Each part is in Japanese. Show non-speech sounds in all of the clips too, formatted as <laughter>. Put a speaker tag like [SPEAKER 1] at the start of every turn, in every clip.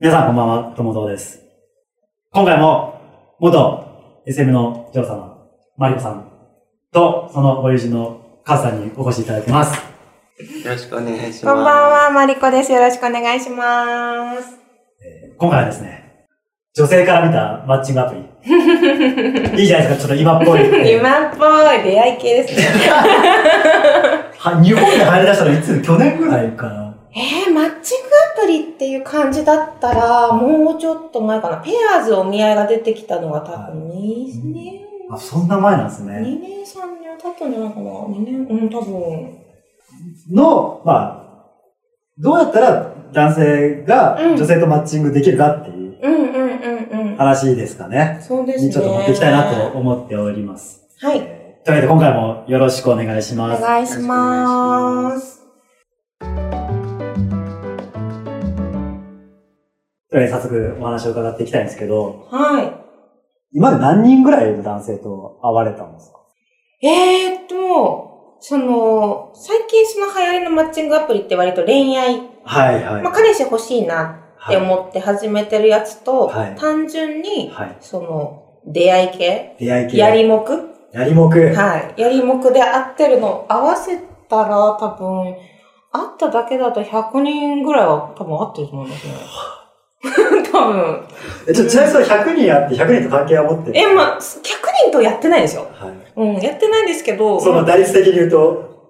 [SPEAKER 1] 皆さんこんばんは、ともぞうです。今回も、元 SM の女王様、マリコさんと、そのご友人のカズさんにお越しいただいてます。
[SPEAKER 2] よろしくお願いします。
[SPEAKER 3] こんばんは、マリコです。よろしくお願いします。
[SPEAKER 1] えー今回はですね、女性から見たマッチングアプ
[SPEAKER 3] <laughs>
[SPEAKER 1] リ。いいじゃないですか、ちょっと今っぽい。
[SPEAKER 3] 今っぽい出会い系ですね。
[SPEAKER 1] は日本に入り出したのいつ去年ぐらいかな。
[SPEAKER 3] えー、マッチングアプリっていう感じだったら、もうちょっと前かな。ペアーズお見合いが出てきたのが多分2年、
[SPEAKER 1] あ、そんな前なんですね。
[SPEAKER 3] 2年、3年経ったんじゃないかな。2年、うん、多分。
[SPEAKER 1] の、まあ、どうやったら男性が
[SPEAKER 3] うん
[SPEAKER 1] 女性とマッチングできるかっていう
[SPEAKER 3] うんうんうんうん。
[SPEAKER 1] 話ですかね。
[SPEAKER 3] そうですね。
[SPEAKER 1] にちょっと持っていきたいなと思っております。
[SPEAKER 3] はい。
[SPEAKER 1] えーというわけで今回もよろしくお願いし
[SPEAKER 3] お
[SPEAKER 1] ます。
[SPEAKER 3] 願いします。
[SPEAKER 1] というわけで早速お話を伺っていきたいんですけど、
[SPEAKER 3] はい。
[SPEAKER 1] 今まで何人ぐらいの男性と会われたんですか
[SPEAKER 3] えーっと、その、最近その流行りのマッチングアプリって割と恋愛、
[SPEAKER 1] はいはい。
[SPEAKER 3] まあ、彼氏欲しいなっ
[SPEAKER 1] は
[SPEAKER 3] て
[SPEAKER 1] い
[SPEAKER 3] 思って始めてるやつと、
[SPEAKER 1] はい
[SPEAKER 3] 単純に、
[SPEAKER 1] はい。
[SPEAKER 3] その、出会い系
[SPEAKER 1] 出会い系。
[SPEAKER 3] やりもく
[SPEAKER 1] やりもく。
[SPEAKER 3] はい。やりもくで会ってるのを合わせたら、多分、会っただけだと100人ぐらいは多分会ってると思い
[SPEAKER 1] <laughs>
[SPEAKER 3] ますね。多分。
[SPEAKER 1] えちょちなみにそれ100人あって100人と関係は持ってる
[SPEAKER 3] え、まあ、100人とやってないですよ。
[SPEAKER 1] はい。
[SPEAKER 3] うん、やってないんですけど。
[SPEAKER 1] その打率的に言うと、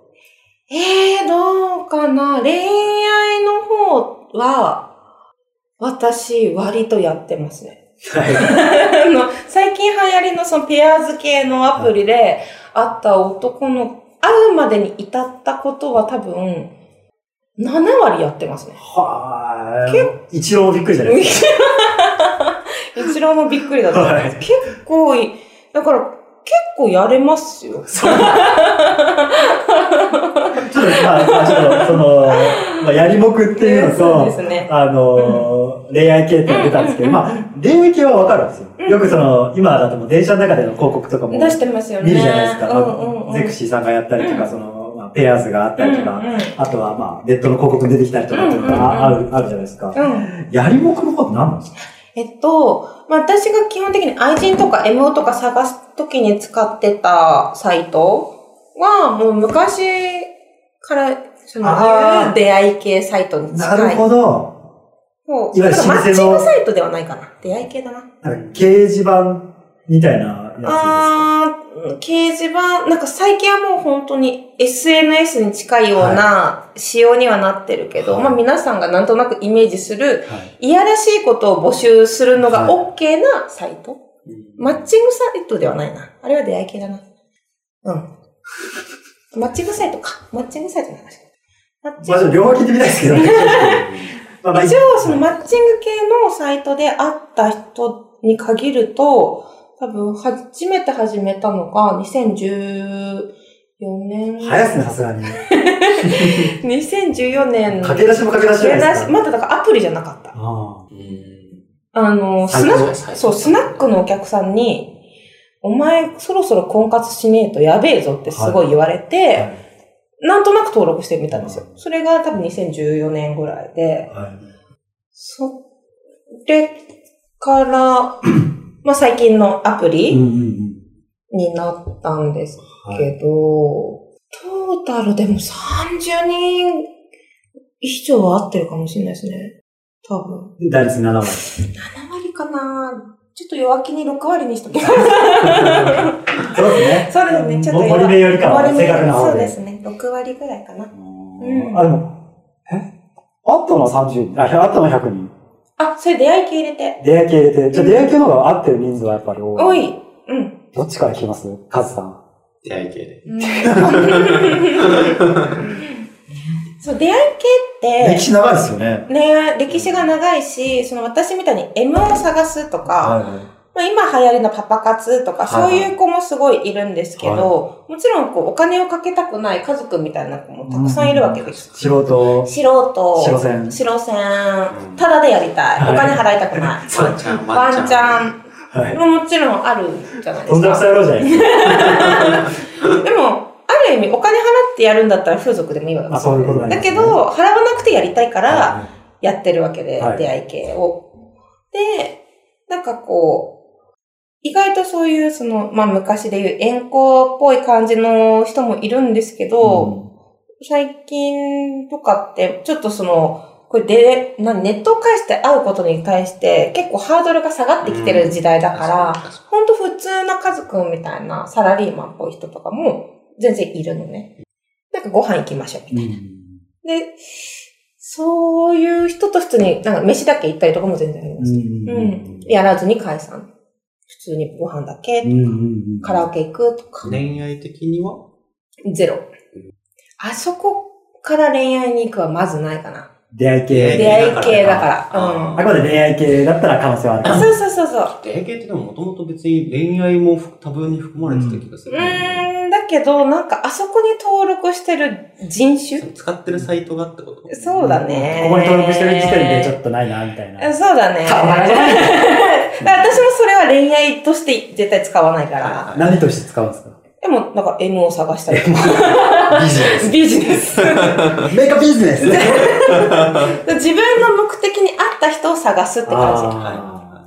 [SPEAKER 3] えー、どうかな恋愛の方は、私、割とやってますね。 <laughs>
[SPEAKER 1] はい。
[SPEAKER 3] あの、最近流行りのそのペアーズ系のアプリで会った男の、会うまでに至ったことは多分、7割やってます <laughs> ね。
[SPEAKER 1] はぁ。一郎びっくりじゃないです
[SPEAKER 3] 一郎もびっくりだと思います。結構い、だから結構やれますよ。
[SPEAKER 1] か。そう <laughs> ちょっと、まあ、まあちょっと、その、まあ、やりもくって
[SPEAKER 3] <laughs>
[SPEAKER 1] いうの
[SPEAKER 3] そう
[SPEAKER 1] と
[SPEAKER 3] で、すね。
[SPEAKER 1] あのー恋愛系っていうのが出たんですけど、
[SPEAKER 3] うん
[SPEAKER 1] まあ、恋愛系はわかるんです
[SPEAKER 3] う
[SPEAKER 1] よ。
[SPEAKER 3] ん
[SPEAKER 1] よくその、今だともう電車の中での広告とかも見
[SPEAKER 3] 出
[SPEAKER 1] るじ
[SPEAKER 3] してますよ
[SPEAKER 1] ゃ
[SPEAKER 3] ね。
[SPEAKER 1] ないですか。
[SPEAKER 3] うんうんうん。
[SPEAKER 1] ゼクシーさんがやったりとか、
[SPEAKER 3] うん
[SPEAKER 1] その、まあ、ペアーズがあったりと
[SPEAKER 3] う
[SPEAKER 1] か、
[SPEAKER 3] んうん
[SPEAKER 1] あとはまあ、ネットの広告に出てきたりとかっていうのがあ
[SPEAKER 3] うん
[SPEAKER 1] る、
[SPEAKER 3] う
[SPEAKER 1] あるじゃないですか。
[SPEAKER 3] うん。
[SPEAKER 1] やりもくの方って何なんですか
[SPEAKER 3] えっと、まあ、私が基本的に愛人とか MO とか探すときに使ってたサイトは、もう昔から、その、い
[SPEAKER 1] あー
[SPEAKER 3] わゆる出会い系サイトに近。
[SPEAKER 1] ないるほど。
[SPEAKER 3] もう
[SPEAKER 1] いわゆる
[SPEAKER 3] だからマ
[SPEAKER 1] 老舗の
[SPEAKER 3] ッチングサイトではないかな。出会い系だな。
[SPEAKER 1] なんか掲示板みたいなやつですか
[SPEAKER 3] あー、掲示板、なんか最近はもう本当に SNS に近いような仕様にはなってるけど、
[SPEAKER 1] はい
[SPEAKER 3] まあ皆さんがなんとなくイメージする、
[SPEAKER 1] はい。
[SPEAKER 3] いやらしいことを募集するのが
[SPEAKER 1] は
[SPEAKER 3] OK なサイト。マッチングサイトではないな。あれは出会い系だな。うん。マッチングサイトか。マッチングサイトの話。マッチ
[SPEAKER 1] ま
[SPEAKER 3] ン
[SPEAKER 1] あ、ちょっ
[SPEAKER 3] グ
[SPEAKER 1] と両方聞いてみたいですけどね。まあまあ
[SPEAKER 3] <laughs> 一応、そのマッチング系のサイトで会った人に限ると、多分、初めて始めたのが、2014年。
[SPEAKER 1] 早いっすね、さすがに。
[SPEAKER 3] 2014年。
[SPEAKER 1] 駆け出しも駆け出しじゃないです
[SPEAKER 3] 駆け出し
[SPEAKER 1] か。
[SPEAKER 3] まだだからアプリじゃなかった。
[SPEAKER 1] あ
[SPEAKER 2] うん。
[SPEAKER 3] あの、スナッ
[SPEAKER 2] 最高
[SPEAKER 3] そう、スナックのお客さんに、お前そろそろ婚活しねえとやべえぞってすごい言われて、
[SPEAKER 1] あは
[SPEAKER 3] なんとなく登録してみたんですよ。それが多分2014年ぐらい
[SPEAKER 1] い
[SPEAKER 3] で、
[SPEAKER 1] は
[SPEAKER 3] それ <clears throat> から、まあ最近のアプ
[SPEAKER 1] い。うんう
[SPEAKER 3] リ
[SPEAKER 1] んうん。
[SPEAKER 3] になったんです
[SPEAKER 1] はい。
[SPEAKER 3] けど、トータルでも30人以上は合ってるかもしれないですね。多分。
[SPEAKER 1] 打率7割。
[SPEAKER 3] <laughs> 7割かなちょっと弱気に6割にしときます。
[SPEAKER 1] そうですね。
[SPEAKER 3] <laughs> そうですね、ちょっと
[SPEAKER 1] も堀部よりかは
[SPEAKER 3] 割
[SPEAKER 1] 正確な方
[SPEAKER 3] そう
[SPEAKER 1] で。
[SPEAKER 3] で
[SPEAKER 1] う
[SPEAKER 3] すね、6割ぐらいかな。
[SPEAKER 1] ーんあ、でも、えあったのは30人。あ、あったのは100人。
[SPEAKER 3] あ、それ出会い系入れて。
[SPEAKER 1] 出会い系入れて。じゃあ出会い系の方が合ってる人数はやっぱり
[SPEAKER 3] 多
[SPEAKER 1] 多い。
[SPEAKER 3] い。うん。
[SPEAKER 1] どっちから聞きますカズさん。
[SPEAKER 2] 出会い系で。
[SPEAKER 3] <laughs> そう、出会い系って、
[SPEAKER 1] 史長いですよね。
[SPEAKER 3] 恋愛、歴史が長いし、その私みたいに M を探すとか、
[SPEAKER 1] はいはい。
[SPEAKER 3] まあ、今流行りのパパ活とか、
[SPEAKER 1] はい
[SPEAKER 3] そういう子もすごいいるんですけど、もちろんこう、お金をかけたくない家族みたいな子もたくさんいるわけです。
[SPEAKER 1] 素人、
[SPEAKER 3] 素人、
[SPEAKER 1] 白線。
[SPEAKER 3] 白線
[SPEAKER 2] うん、
[SPEAKER 3] ただでやりたい。お金払いた
[SPEAKER 2] <laughs>
[SPEAKER 3] くな
[SPEAKER 2] ワ
[SPEAKER 3] い。
[SPEAKER 2] ンちゃん、
[SPEAKER 3] ワンチャ
[SPEAKER 2] ン。
[SPEAKER 3] ン
[SPEAKER 1] はい。
[SPEAKER 3] ももちろんあるじゃないで
[SPEAKER 1] とん
[SPEAKER 3] す
[SPEAKER 1] だく
[SPEAKER 3] か。
[SPEAKER 1] さ野郎じゃないですか。
[SPEAKER 3] でも、ある意味お金払ってやるんだったら風俗でもいいわけで
[SPEAKER 1] あ、
[SPEAKER 3] すよ
[SPEAKER 1] そういうことなんで
[SPEAKER 3] だ
[SPEAKER 1] すね
[SPEAKER 3] け、ど、払わなくてやりたいから、
[SPEAKER 1] は
[SPEAKER 3] やってるわけで、
[SPEAKER 1] はい
[SPEAKER 3] 出会い系を。で、なんかこう、意外とそういう、その、まあ昔で言う遠行っぽい感じの人もいるんですけど、最近とかって、ちょっとその、これで、なネットを介して会うことに対して、結構ハードルが下がってきてる時代だから、
[SPEAKER 2] 確か
[SPEAKER 3] ほんと普通なカズくんみたいなサラリーマンっぽい人とかも全然いるのね。なんかご飯行きましょうみたい
[SPEAKER 1] ん。
[SPEAKER 3] な。で、そういう人と普通に、なんか飯だけ行ったりとかも全然あります。うん。やらずに解散。普通にご飯だけ、
[SPEAKER 1] うん。
[SPEAKER 3] カラオケ行くとか。
[SPEAKER 2] に恋愛的には
[SPEAKER 3] ゼロ。あそこから恋愛に行くはまずないかな。
[SPEAKER 1] 出会い
[SPEAKER 2] 出
[SPEAKER 3] 出
[SPEAKER 1] 系。
[SPEAKER 3] 会い系だか
[SPEAKER 2] あ
[SPEAKER 3] ら。うん。
[SPEAKER 1] あくまで恋愛系だったら可能性はあるか
[SPEAKER 3] あ
[SPEAKER 1] も。
[SPEAKER 3] そうそうそうそう。
[SPEAKER 2] 出会い系ってでももともと別に恋愛も多分に含まれてた気がす
[SPEAKER 3] う
[SPEAKER 2] る。
[SPEAKER 3] ーん、だけど、なんかあそこに登録してる人種
[SPEAKER 2] 使ってるサイトがってこと
[SPEAKER 3] そうだね。
[SPEAKER 1] ここに登録してる時点でちょ
[SPEAKER 3] と。
[SPEAKER 1] っとないな、みたいな。
[SPEAKER 3] そうだね。
[SPEAKER 1] たまらない
[SPEAKER 3] だから私もそれは恋愛として絶対使わないから。
[SPEAKER 1] 何として使うんですか
[SPEAKER 3] でも、なんか M を探したりとか。
[SPEAKER 1] ビジネ
[SPEAKER 3] <laughs> ビジネス。
[SPEAKER 1] ス。メイクビジネスって
[SPEAKER 3] 自分の目的に合った人を探すって感じ。
[SPEAKER 1] 感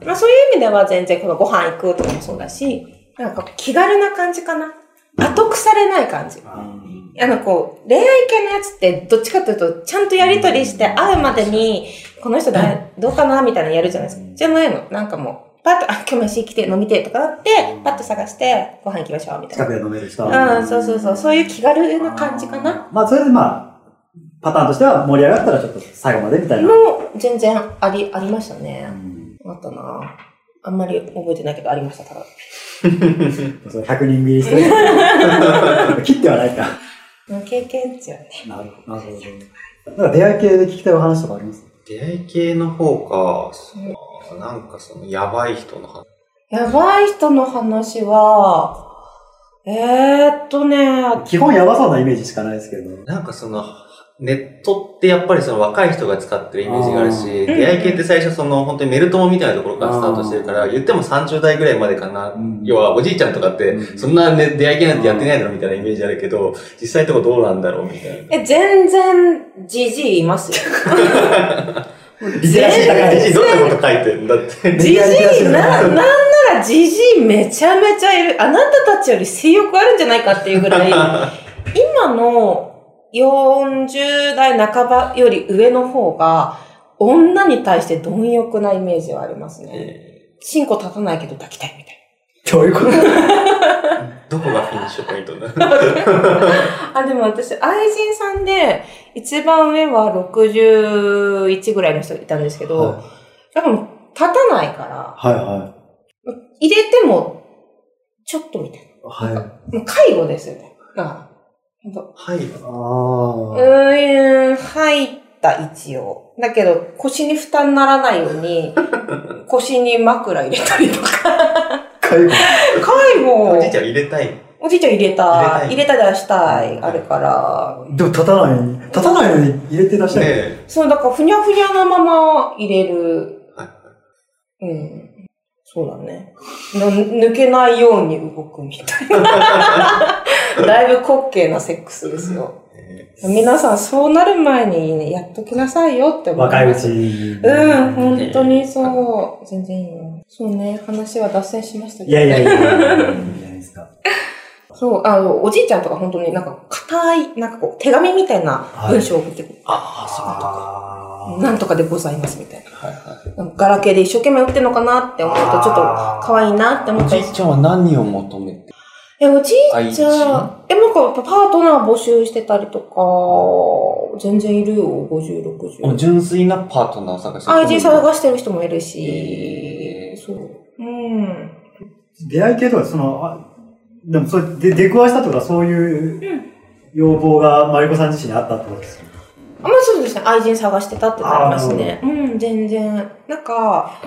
[SPEAKER 3] まあそういう意味では全然このご飯行くとかもそうだし、なんか気軽な感じかな。後腐れない感じ。あのこう、恋愛系のやつってどっちかというと、ちゃんとやりとりして会うまでに、この人だどうかなみたいなのやるじゃないですか。じゃないの。なんかもう、パッと、あ、今日飯来て飲みてとかなって、パッと探してご飯行きましょうみたい
[SPEAKER 1] 近くで飲める人。
[SPEAKER 3] な。うん、そうそうそう。そういう気軽な感じかな。。
[SPEAKER 1] まあ、それでまあ、パターンとしては盛り上がったらちょっと最後までみたいな。
[SPEAKER 3] もう全然あり、ありましたね
[SPEAKER 1] う。ん
[SPEAKER 3] あったなあんまり覚えてないけどありましたから。
[SPEAKER 1] それ100人切りしてる。切ってはないか。
[SPEAKER 3] うん経験値はね。
[SPEAKER 1] なるほど。なるほど。なんか出会い系で聞きたいお話とかあります
[SPEAKER 2] 出会い系の方か、そうなんかその、やばい人の話。
[SPEAKER 3] やばい人の話は、えー、っとね、
[SPEAKER 1] 基本やばそうなイメージしかないですけど。
[SPEAKER 2] なんかその、ネットってやっぱりその若い人が使ってるイメージがある
[SPEAKER 1] あ
[SPEAKER 2] し、
[SPEAKER 1] ー
[SPEAKER 2] 出会い系って最初その本当にメルトモみたいなところからスタートしてるから、言っても30代ぐらいまでかな。
[SPEAKER 1] うん
[SPEAKER 2] 要はおじいちゃんとかって、
[SPEAKER 1] うん
[SPEAKER 2] そんな、ね、出会い系なんてやってないだろみたいなイメージあるけど、実際のとこどうなんだろうみたいな。
[SPEAKER 3] え、全然、じじいいますよ。
[SPEAKER 1] リテラシー高い
[SPEAKER 2] じじいどんなこと書いてんだって。
[SPEAKER 3] じじい、
[SPEAKER 1] やりやすい
[SPEAKER 3] な、
[SPEAKER 1] な
[SPEAKER 3] なんならじじいめちゃめちゃいる。あなたたちより性欲あるんじゃないかっていうぐ <laughs> らい、今の40代半ばより上の方が、女に対して貪欲なイメージはありますね。チンコ立たないけど抱きたいみたい
[SPEAKER 1] どういうこと
[SPEAKER 2] どこがフィニッシュポイントだ
[SPEAKER 3] な。あ、でも私、愛人さんで、一番上は61ぐらいの人いたんですけど、だからもう立たないから、
[SPEAKER 1] はいは
[SPEAKER 3] 入れても、ちょっとみたいな。
[SPEAKER 1] い。はい。
[SPEAKER 3] もう介護ですよね。だからほんと
[SPEAKER 2] はい。
[SPEAKER 1] あ
[SPEAKER 3] う
[SPEAKER 1] あ。
[SPEAKER 3] ーん、入った一応。だけど、腰に負担ならないよう <laughs> に、腰に枕入れたりとか。
[SPEAKER 1] 介護。
[SPEAKER 3] 介護
[SPEAKER 2] おじいちゃん入れたい。
[SPEAKER 3] おじいちゃん入れたい。入
[SPEAKER 2] 入
[SPEAKER 3] れ
[SPEAKER 2] れ
[SPEAKER 3] たりはしたい。あるから。
[SPEAKER 1] でも立たないのに、立たないのに入れて出したい。
[SPEAKER 2] ね
[SPEAKER 3] そう、だから、ふにゃふにゃなまま入れる。
[SPEAKER 2] はい
[SPEAKER 3] うん。そうだね。の抜けないように動くみたい <laughs> な。だいぶ滑稽なセックスですよ。
[SPEAKER 2] え。
[SPEAKER 3] 皆さんそうなる前にね、やっときなさいよって思います
[SPEAKER 1] 若いうち。
[SPEAKER 3] うん、
[SPEAKER 1] に。
[SPEAKER 3] 本当にそう。全然いいよ。そうね、話は脱線しましたけど。
[SPEAKER 1] いやいやいやいやいいんじゃないですか。
[SPEAKER 3] そう、あの、おじいちゃんとか本当になんか硬い、なんかこう、手紙みたいな文章を送ってくる。
[SPEAKER 2] あ
[SPEAKER 1] あ
[SPEAKER 3] なんとかでございますみたい
[SPEAKER 2] あ、そういうことか。はいはい。
[SPEAKER 3] な。なんかガラケーで一生懸命打ってんのかなって思うと、ちょっと可愛いなって思
[SPEAKER 2] お
[SPEAKER 3] っ
[SPEAKER 2] じ
[SPEAKER 3] た
[SPEAKER 2] い
[SPEAKER 3] り。
[SPEAKER 2] ちゃんは何を求めて
[SPEAKER 3] え、おじ
[SPEAKER 2] 愛
[SPEAKER 3] い
[SPEAKER 2] 人
[SPEAKER 3] ちゃん、え、なんかパートナー募集してたりとか、全然いるよ、50、60。
[SPEAKER 2] 純粋なパートナーを探して
[SPEAKER 3] 愛人探してる人もいるし
[SPEAKER 2] へ、ー
[SPEAKER 3] そう。うん。
[SPEAKER 1] 出会い系とか、その、あでもそれで出くわしたとか、そういう要望がマリコさん自身にあったってことですよね。
[SPEAKER 3] あまあそうですね、愛人探してたってなりますね。うん、全然。なんか、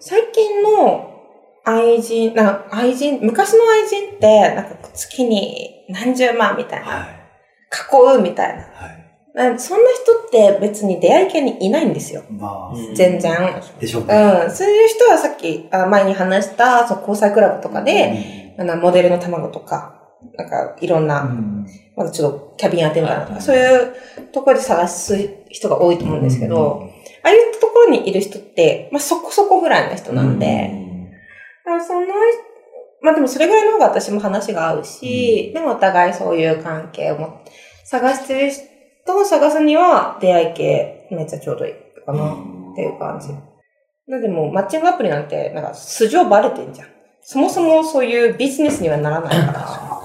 [SPEAKER 3] 最近の愛人、なんか愛人、昔の愛人って、なんか月に何十万みたいな、
[SPEAKER 1] はい。
[SPEAKER 3] 囲うみたいな。
[SPEAKER 1] はい。
[SPEAKER 3] なんそんな人って別に出会い系にいないんですよ。
[SPEAKER 1] まあ、
[SPEAKER 3] 全然
[SPEAKER 1] でしょうね。
[SPEAKER 3] うん、そういう人はさっき、あ前に話した、そう、交際クラブとかで、あのモデルの卵とか、なんかいろんな、
[SPEAKER 1] うん、
[SPEAKER 3] まあちょっとキャビンアテンダー
[SPEAKER 2] は
[SPEAKER 3] とか、
[SPEAKER 2] い
[SPEAKER 3] そういうところで探す人が多いと思うんですけど、ああいうところにいる人って、まあ、そこそこぐらいの人なんで、あその人、まあでもそれぐらいの方が私も話が合うし、でもお互いそういう関係を持って、探してる人を探すには出会い系めっちゃちょうどいいかなっていう感じ。なんでもうマッチングアプリなんて、なんか素性バレてんじゃん。そもそもそういうビジネスにはならない <laughs> か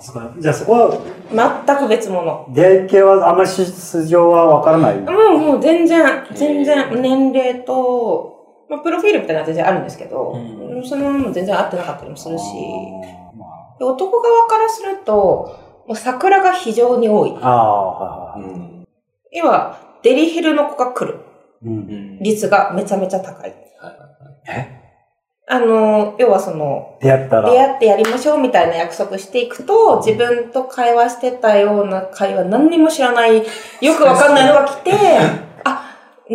[SPEAKER 1] そっかじゃあそこは、
[SPEAKER 3] ら、全く別物。
[SPEAKER 4] 出会い系はあんまり素性はわからない。
[SPEAKER 3] もうもう全然、全然年齢と、まあプロフィールみたいなのは全然あるんですけど、
[SPEAKER 2] うん
[SPEAKER 3] そのまま全然合ってなかったりもするし、で男側からすると、もう桜が非常に多い。
[SPEAKER 4] ああ、はいはいは
[SPEAKER 2] うん
[SPEAKER 3] 要は、デリヘルの子が来る
[SPEAKER 4] い。うん。
[SPEAKER 3] 率がめちゃめちゃ高い。
[SPEAKER 2] はい
[SPEAKER 3] あの、要はその、
[SPEAKER 4] 出会った
[SPEAKER 3] 出
[SPEAKER 4] ら、
[SPEAKER 3] 会ってやりましょうみたいな約束していくと、自分と会話してたような会話、何にも知らない、よくわかんないのが来
[SPEAKER 2] <laughs>
[SPEAKER 3] て、あ、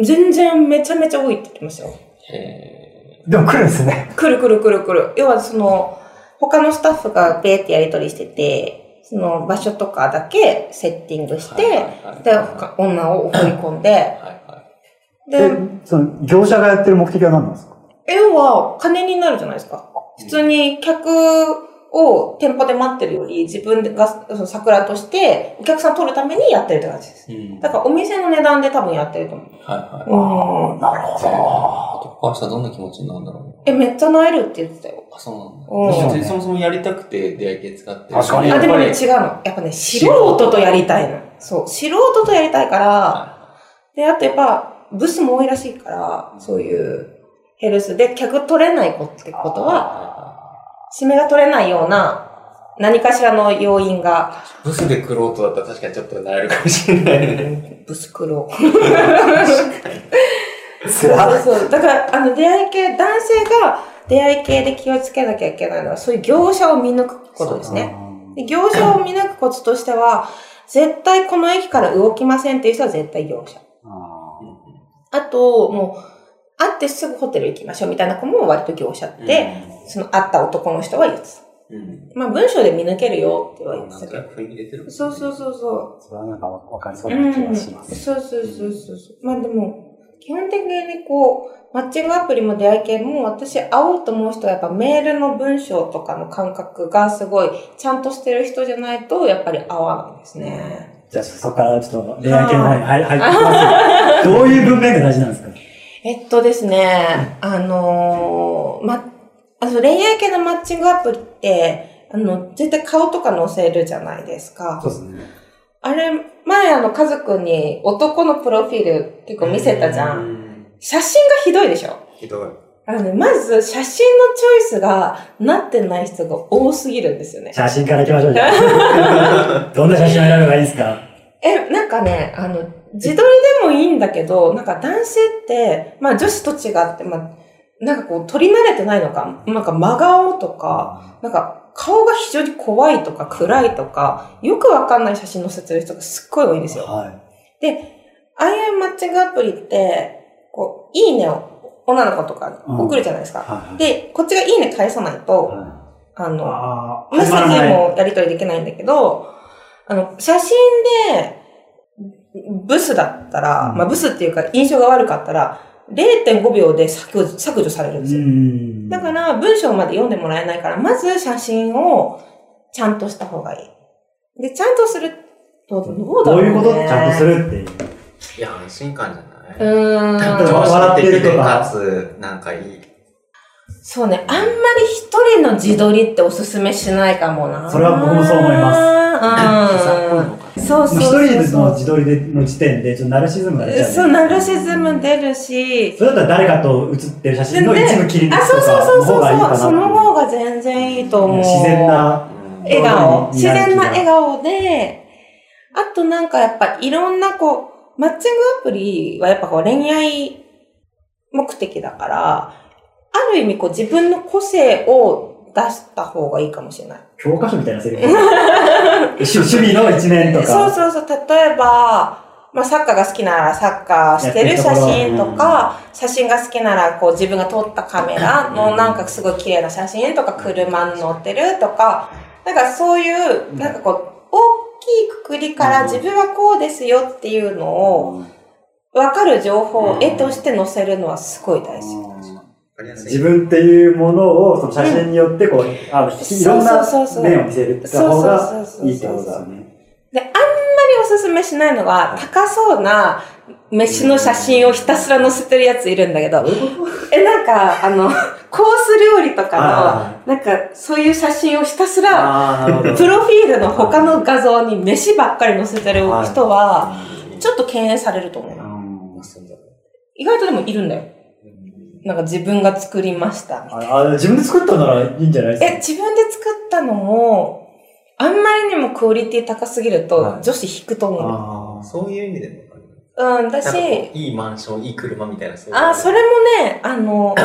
[SPEAKER 3] 全然めちゃめちゃ多いって言ってましたよ。
[SPEAKER 2] へ
[SPEAKER 4] でも来るんですね。
[SPEAKER 3] くるくるくるくる。要はその、他のスタッフがベーってやり取りしてて、その場所とかだけセッティング
[SPEAKER 2] ー
[SPEAKER 3] して、
[SPEAKER 2] はい
[SPEAKER 3] で、
[SPEAKER 2] は
[SPEAKER 3] 他女を送り込んで、
[SPEAKER 2] いは
[SPEAKER 4] で
[SPEAKER 3] で、、
[SPEAKER 4] その、業者がやってる目的は何なんですか
[SPEAKER 3] 要は金になるじゃないですか。普通に客を店舗で待ってるより、自分がその桜としてお客さん取るためにやってるって感じです。
[SPEAKER 2] いうん
[SPEAKER 3] だ
[SPEAKER 2] はい
[SPEAKER 3] からお店の値段で多分やってると思
[SPEAKER 2] はい。
[SPEAKER 3] う。うん。
[SPEAKER 4] なるほど。
[SPEAKER 2] 高橋さんどんな気持ちになるんだろう
[SPEAKER 3] え、めっちゃ萎えるって言ってたよ。
[SPEAKER 2] あ、そう
[SPEAKER 3] う
[SPEAKER 2] なんんだ。別にそもそもやりたくて出会い系使ってる。
[SPEAKER 4] 確かに
[SPEAKER 3] あ、でもね、
[SPEAKER 2] やっぱ
[SPEAKER 3] 違うの。やっぱね、素人とやりたいの。そう。素人とやりたいから、で、あとやっぱ、ブスも多いらしいから、そういうヘルスで客取れない子ってこと
[SPEAKER 2] り
[SPEAKER 3] は、締めが取れないような、何かしらの要因が、
[SPEAKER 2] ブスでクロートだったら確かにちょっと慣れるかもしれないね。
[SPEAKER 3] ブスクロ
[SPEAKER 4] つ
[SPEAKER 3] そう
[SPEAKER 4] ら
[SPEAKER 3] そうそう。だから、あの、出会い系、男性が出会い系で気をつけなきゃいけないのは、そういう業者を見抜くことですね。で業者を見抜くコツとしては、絶対この駅から動きませんっていう人は絶対業者。
[SPEAKER 4] あ
[SPEAKER 3] あと、もう、会ってすぐホテル行きましょうみたいな子も割と業者って、その会った男の人は言ってた。
[SPEAKER 2] うん、うん。
[SPEAKER 3] まあ文章で見抜けるよっては
[SPEAKER 2] な
[SPEAKER 3] 言
[SPEAKER 2] ん
[SPEAKER 3] っ
[SPEAKER 2] か
[SPEAKER 3] てたけど。
[SPEAKER 2] 雰囲気出てるもんね
[SPEAKER 3] そうそうそうそ。
[SPEAKER 4] ーそれはなんかわかりそううな気がします。
[SPEAKER 3] そうそうそうそうそう。まあでも、基本的にこう、マッチングアプリも出会い系も、私会おうと思う人はやっぱメールの文章とかの感覚がすごい、ちゃんとしてる人じゃないと、やっぱり合わないですね。
[SPEAKER 1] じゃあそこからちょっと恋愛系の方に入入ってきます
[SPEAKER 3] <laughs>
[SPEAKER 1] よ。どういう文面が大事なんですか
[SPEAKER 3] えっとですね、あのーま、あの恋愛系のマッチングアプリって、あの、絶対顔とか載せるじゃないですか。
[SPEAKER 1] そうですね。
[SPEAKER 3] あれ、前あの、カズくんに男のプロフィール結構見せたじゃ。
[SPEAKER 2] うんん。
[SPEAKER 3] 写真がひどいでしょ
[SPEAKER 2] ひどい。
[SPEAKER 3] あのね、まず写真のチョイスがなってない人が多すぎるんですよね。
[SPEAKER 1] 写真からいきましょうじゃあどんな写真を選べばいいですか
[SPEAKER 3] え、なんかね、あの、自撮りでもいいんだけど、なんか男性って、まあ女子と違って、まあ、なんかこう、撮り慣れてないのか、なんか真顔とか、なんか顔が非常に怖いとか暗いとか、よくわかんない写真載せてる人がすっごい多いんですよ。
[SPEAKER 1] は
[SPEAKER 3] ああいうマッチングアプリって、こう、いいねを女の子とかに送るじゃないです
[SPEAKER 1] い。
[SPEAKER 3] か。
[SPEAKER 1] はい。
[SPEAKER 3] で、こっちがいいね返さないと、
[SPEAKER 1] は
[SPEAKER 3] あ
[SPEAKER 1] い、
[SPEAKER 3] の、
[SPEAKER 1] ああ、
[SPEAKER 3] 無
[SPEAKER 1] 始
[SPEAKER 3] 視
[SPEAKER 1] まら
[SPEAKER 3] に
[SPEAKER 1] ない。
[SPEAKER 3] もやりとりできないんだけど、あの、写真で、ブスだったら、
[SPEAKER 1] うん
[SPEAKER 3] まあブスっていうか印象が悪かったら、0.5秒で削除削除されるんですよ。
[SPEAKER 1] ん
[SPEAKER 3] だから文章まで読んでもらえないから、まず写真をちゃんとした方がいい。で、ちゃんとすると、どうだ
[SPEAKER 1] ど
[SPEAKER 3] ろ
[SPEAKER 1] う
[SPEAKER 3] う、ね、
[SPEAKER 1] いうことちゃんとす
[SPEAKER 3] る
[SPEAKER 1] るっていう。
[SPEAKER 2] いや、安心感じゃない
[SPEAKER 3] うーん。
[SPEAKER 1] ん
[SPEAKER 2] 笑ってるとかつ、なんかいい。
[SPEAKER 3] そうね、あんまり一人の自撮りっておすすめしないかもな。
[SPEAKER 1] それは僕もそう思い <laughs>
[SPEAKER 3] まうん。そうそう
[SPEAKER 1] も
[SPEAKER 3] そうう
[SPEAKER 1] 一人
[SPEAKER 3] そ
[SPEAKER 1] の
[SPEAKER 3] う。
[SPEAKER 1] 自撮りでの時点で、ちょっとナルシズムが出ちゃう、ね。
[SPEAKER 3] そう、ナルシズム。出るし、
[SPEAKER 1] それだったら誰かと写ってる写真の
[SPEAKER 3] ね
[SPEAKER 1] 一部切り抜
[SPEAKER 3] あ、
[SPEAKER 1] き
[SPEAKER 3] そう
[SPEAKER 1] と
[SPEAKER 3] そう
[SPEAKER 1] か
[SPEAKER 3] そう
[SPEAKER 1] の方
[SPEAKER 3] そう
[SPEAKER 1] がいいかなっ
[SPEAKER 3] そう、
[SPEAKER 1] てい
[SPEAKER 3] その方が全然いいと思う。
[SPEAKER 1] 自然な。
[SPEAKER 2] うん
[SPEAKER 3] 笑顔。
[SPEAKER 1] に
[SPEAKER 3] 自
[SPEAKER 1] なる気が
[SPEAKER 3] 然な笑顔で、あとなんかやっぱいろんなこう、マッチングアプリはやっぱこう恋愛目的だから、ある意味こう自分の個性を出した方がいいかもしれない。
[SPEAKER 1] 教科書みたいなセリ
[SPEAKER 3] <laughs>
[SPEAKER 1] フ。趣趣味の一面とか。
[SPEAKER 3] そうそうそう、例えば、まあ、サッカーが好きならサッカーしてる写真とか、写真が好きならこう自分が撮ったカメラのなんかすごい綺麗な写真とか、車に乗ってるとか、なんかそういう、なんかこう、大きいくくりから自分はこうですよっていうのを、わかる情報を絵として載せるのはすごい大事。
[SPEAKER 2] かりやすい。
[SPEAKER 1] 自分っていうものを、その写真によって、こう、あの、いろんな
[SPEAKER 3] そうそうそうそう
[SPEAKER 1] 面を見せるって
[SPEAKER 3] そう
[SPEAKER 1] 方が
[SPEAKER 3] そうそうそうそう。
[SPEAKER 1] いいってことだよね。
[SPEAKER 3] で、あんまりおすすめしないのが、高そうな飯の写真をひたすら載せてるやついるんだけど、え、なんか、あの、コース料理とか
[SPEAKER 1] あ
[SPEAKER 3] の、なんか、そういう写真をひたすら、
[SPEAKER 1] あー、なるほ
[SPEAKER 3] プロフィールの他の画像に飯ばっかり載せてる人は、ちょっと敬遠されると思うな。
[SPEAKER 4] うん
[SPEAKER 3] 意外とでもいるんだよ。なんか自分が作りました。
[SPEAKER 1] ど。ああ自分で作ったならいいんじゃないです
[SPEAKER 3] え、
[SPEAKER 1] か
[SPEAKER 3] 自分で作ったのも、あんまりにもクオリティ高すぎると
[SPEAKER 1] は、い
[SPEAKER 3] 女子引くと思う。
[SPEAKER 1] あー
[SPEAKER 2] そういう意味でもわかる。
[SPEAKER 3] うん、だし
[SPEAKER 2] なん、かこういいマンション、いい車みたいな、そういう。
[SPEAKER 3] あ、それもね、
[SPEAKER 1] <coughs>
[SPEAKER 3] あの、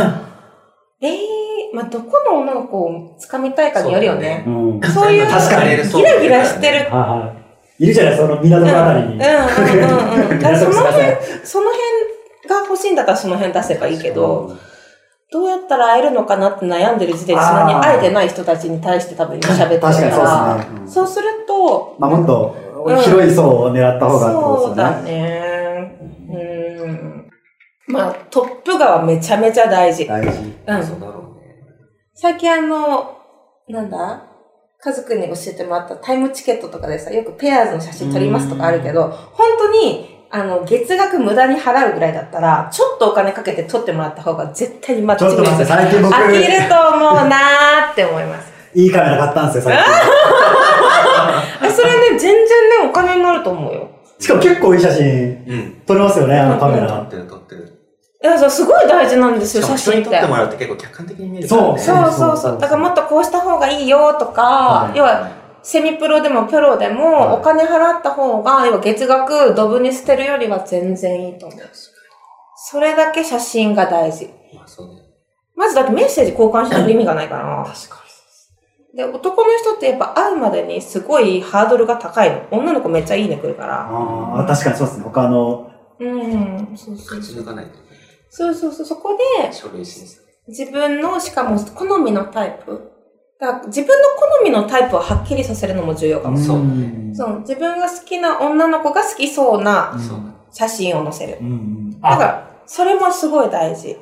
[SPEAKER 3] レイ、まあ、どこの女の子を掴みたいかによるよね。
[SPEAKER 1] うん。は
[SPEAKER 3] そういう、
[SPEAKER 1] 確かに
[SPEAKER 3] ギラギラしてる。
[SPEAKER 1] いはい。いるじゃない、その港のあたり
[SPEAKER 3] う
[SPEAKER 1] に。
[SPEAKER 3] んう
[SPEAKER 1] <laughs>
[SPEAKER 3] んうんうん。だからそ
[SPEAKER 1] 港
[SPEAKER 3] の
[SPEAKER 1] 区
[SPEAKER 3] 辺
[SPEAKER 1] 探、せ
[SPEAKER 3] その辺が欲しいんだったらその辺出せばいいけど、
[SPEAKER 1] そう
[SPEAKER 3] どうやったら会えるのかなって悩んでる時点でそんなに会えてない人たちに対して多分今喋ってるか
[SPEAKER 1] 確かに
[SPEAKER 3] ら、
[SPEAKER 1] そうですね。
[SPEAKER 3] そうすると、
[SPEAKER 1] まあ、もっと広い層を狙った方がってこ
[SPEAKER 3] そ
[SPEAKER 1] と
[SPEAKER 3] う
[SPEAKER 1] ですよね。
[SPEAKER 3] だね。うん。まあ、トップ画はめちゃめちゃ大事。
[SPEAKER 1] 大事。
[SPEAKER 3] うん。
[SPEAKER 2] そうだろうね。
[SPEAKER 3] 最近あの、なんだカズくんに教えてもらったタイムチケットとかでさ、よくペアーズの写真撮りますとかあるけど、本当に、あの、月額無駄に払うぐらいだったら、ちょっとお金かけて撮ってもらった方が絶対にマッ
[SPEAKER 1] ち
[SPEAKER 3] チ
[SPEAKER 1] ょっと待って、最近僕、
[SPEAKER 3] 飽きると思うなーって思います。
[SPEAKER 1] いいカメラ買ったんですよ、最
[SPEAKER 3] あそれね、全然ね、お金になると思うよ。
[SPEAKER 1] 近。しかも結構いい写真
[SPEAKER 2] うん。
[SPEAKER 1] 撮れますよね、あのカメ
[SPEAKER 2] 撮っ
[SPEAKER 1] ラ。
[SPEAKER 2] てる撮ってる。
[SPEAKER 3] いや、そうすごい大事なんです
[SPEAKER 2] し
[SPEAKER 3] よ、
[SPEAKER 2] か
[SPEAKER 3] 写
[SPEAKER 2] も人に
[SPEAKER 3] 真っ
[SPEAKER 2] 撮って
[SPEAKER 3] て。
[SPEAKER 2] もらうって結構客観的に見えるからね。
[SPEAKER 3] そうそうそう。だからもっとこうした方がいいよとか、
[SPEAKER 1] はい
[SPEAKER 3] 要は、セミプロでもプロで
[SPEAKER 1] はい
[SPEAKER 3] も、お金払った方が、要は月額ドブに捨てるよりは全然いいと思う。それだけ写真が大事。
[SPEAKER 2] まあそうね。
[SPEAKER 3] まずだってメッセージ交換しないと意味がないからな。
[SPEAKER 2] 確か
[SPEAKER 3] で、男の人ってやっぱ会うまでにすごいハードルが高いの。女の子めっちゃいいね来るから。
[SPEAKER 1] ああ、確かにそうですね。他の、
[SPEAKER 3] うん、そうそ
[SPEAKER 2] に。
[SPEAKER 3] う
[SPEAKER 2] 勝ち
[SPEAKER 3] そ
[SPEAKER 2] 抜
[SPEAKER 3] う。
[SPEAKER 2] かないと。
[SPEAKER 3] そうそうそう、そこで、
[SPEAKER 2] 書類審査。
[SPEAKER 3] 自分の、しかも好みのタイプ。だから自分の好みのタイプをはっきりさせるのも重要かも。
[SPEAKER 2] そうん
[SPEAKER 3] そう、自分が好きな女の子が好きそうな
[SPEAKER 2] そう
[SPEAKER 3] 写真を載せる。
[SPEAKER 1] うんうん。
[SPEAKER 3] だか
[SPEAKER 1] あ、
[SPEAKER 3] ら、それもすごい大事。